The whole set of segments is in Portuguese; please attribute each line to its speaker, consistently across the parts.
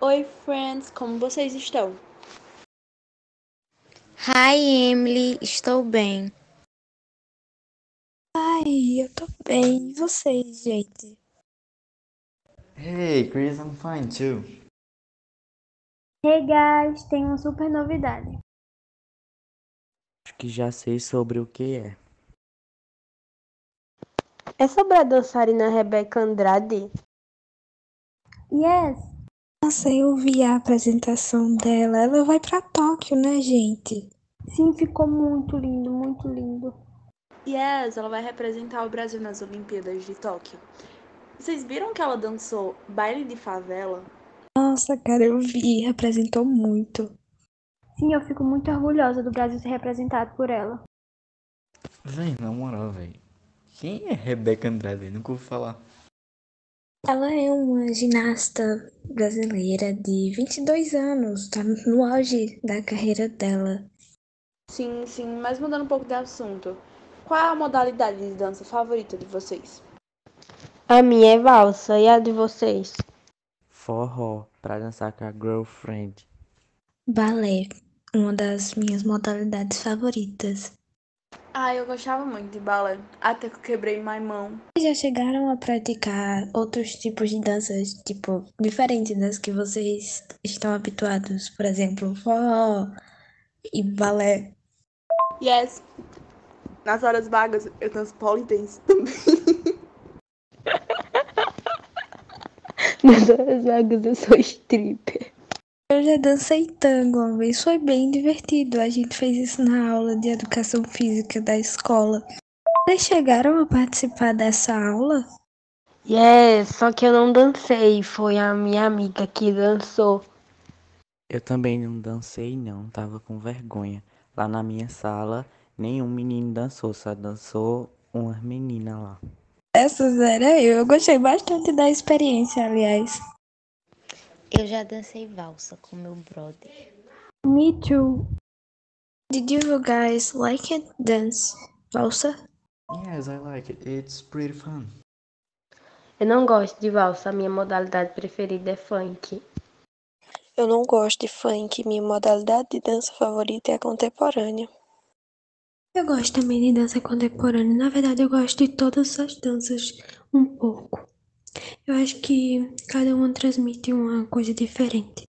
Speaker 1: Oi, friends, como vocês estão?
Speaker 2: Hi, Emily, estou bem.
Speaker 3: Ai, eu tô bem. E vocês, gente?
Speaker 4: Hey, Chris, I'm fine too.
Speaker 5: Hey, guys, tem uma super novidade.
Speaker 6: Acho que já sei sobre o que é.
Speaker 7: É sobre a dançarina Rebeca Andrade?
Speaker 5: Yes,
Speaker 3: nossa, eu vi a apresentação dela. Ela vai para Tóquio, né, gente?
Speaker 5: Sim, ficou muito lindo, muito lindo.
Speaker 1: Yes, ela vai representar o Brasil nas Olimpíadas de Tóquio. Vocês viram que ela dançou baile de favela?
Speaker 3: Nossa, cara, eu vi. Representou muito.
Speaker 5: Sim, eu fico muito orgulhosa do Brasil ser representado por ela.
Speaker 4: Véi, na moral, véi. Quem é Rebeca Andrade? Nunca ouvi falar.
Speaker 3: Ela é uma ginasta brasileira de 22 anos, tá no auge da carreira dela.
Speaker 1: Sim, sim, mas mudando um pouco de assunto. Qual é a modalidade de dança favorita de vocês?
Speaker 7: A minha é valsa e a de vocês?
Speaker 6: Forró, pra dançar com a girlfriend.
Speaker 3: Balé, uma das minhas modalidades favoritas.
Speaker 1: Ah, eu gostava muito de balé, até que eu quebrei minha mão.
Speaker 3: Vocês já chegaram a praticar outros tipos de danças, tipo, diferentes das que vocês estão habituados? Por exemplo, forró e balé.
Speaker 1: Yes. Nas horas vagas, eu danço pole dance também.
Speaker 7: Nas horas vagas eu sou stripper.
Speaker 3: Eu já dancei é tango uma vez, foi bem divertido. A gente fez isso na aula de educação física da escola. Vocês chegaram a participar dessa aula?
Speaker 7: Yes, só que eu não dancei, foi a minha amiga que dançou.
Speaker 6: Eu também não dancei, não, tava com vergonha. Lá na minha sala, nenhum menino dançou, só dançou umas meninas lá.
Speaker 3: Essas era é eu. Eu gostei bastante da experiência, aliás.
Speaker 2: Eu já dancei valsa com meu brother.
Speaker 5: Me too.
Speaker 3: Did you guys like it? Dance valsa?
Speaker 4: Yes, I like it. It's pretty fun.
Speaker 7: Eu não gosto de valsa, a minha modalidade preferida é funk.
Speaker 8: Eu não gosto de funk, minha modalidade de dança favorita é a contemporânea.
Speaker 3: Eu gosto também de dança contemporânea. Na verdade, eu gosto de todas as danças um pouco. Eu acho que cada uma transmite uma coisa diferente.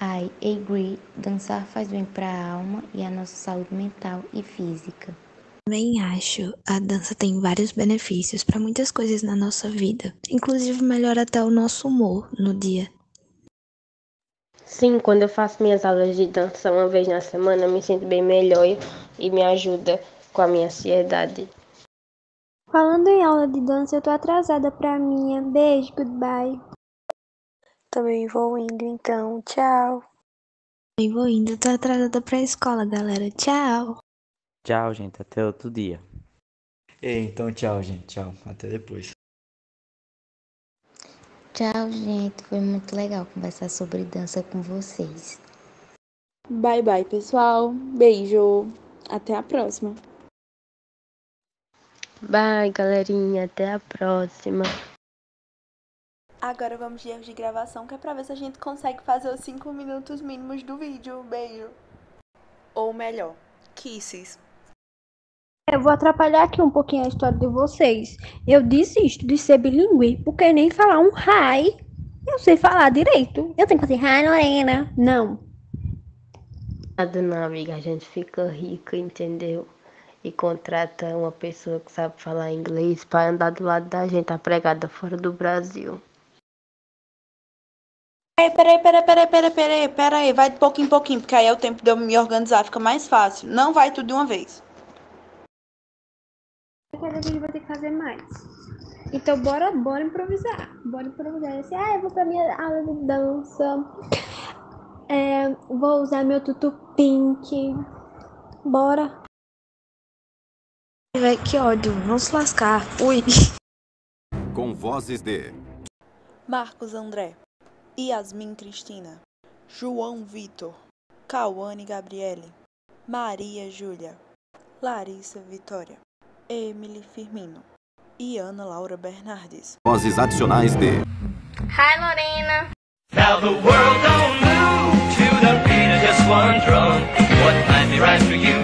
Speaker 2: I agree. Dançar faz bem para a alma e a nossa saúde mental e física.
Speaker 3: Também acho. A dança tem vários benefícios para muitas coisas na nossa vida, inclusive melhora até o nosso humor no dia.
Speaker 7: Sim, quando eu faço minhas aulas de dança uma vez na semana, eu me sinto bem melhor e me ajuda com a minha ansiedade.
Speaker 5: Falando em aula de dança, eu tô atrasada pra minha. Beijo, goodbye.
Speaker 8: Também vou indo então, tchau.
Speaker 3: Eu vou indo, tô atrasada pra escola, galera. Tchau!
Speaker 6: Tchau, gente, até outro dia.
Speaker 4: Ei, então tchau, gente. Tchau. Até depois.
Speaker 2: Tchau, gente. Foi muito legal conversar sobre dança com vocês.
Speaker 1: Bye, bye, pessoal. Beijo. Até a próxima.
Speaker 7: Bye, galerinha, até a próxima.
Speaker 1: Agora vamos de erros de gravação, que é pra ver se a gente consegue fazer os 5 minutos mínimos do vídeo. Beijo. Ou melhor, kisses.
Speaker 5: Eu vou atrapalhar aqui um pouquinho a história de vocês. Eu desisto de ser bilíngue, porque nem falar um hi eu sei falar direito. Eu tenho que fazer hi, Lorena. Não.
Speaker 7: Nada não, amiga, a gente fica rica, entendeu? E contrata uma pessoa que sabe falar inglês para andar do lado da gente, apregada fora do Brasil.
Speaker 1: Peraí, peraí, peraí, peraí, peraí, peraí, peraí. Vai de pouquinho em pouquinho, porque aí é o tempo de eu me organizar, fica mais fácil. Não vai tudo de uma vez.
Speaker 5: Cada vez eu vou ter que fazer mais. Então, bora, bora improvisar. Bora improvisar. Assim, ah, eu vou pra minha aula de dança. É, vou usar meu tutu pink. Bora.
Speaker 3: Véi, que ódio. Não se lascar. Ui.
Speaker 9: Com vozes de
Speaker 1: Marcos André, Yasmin Cristina, João Vitor, Cauane Gabriele, Maria Júlia, Larissa Vitória, Emily Firmino e Ana Laura Bernardes.
Speaker 9: vozes adicionais de
Speaker 2: Hi, Lorena.
Speaker 10: Now the world don't move to the beat of just one drum. What might be right for you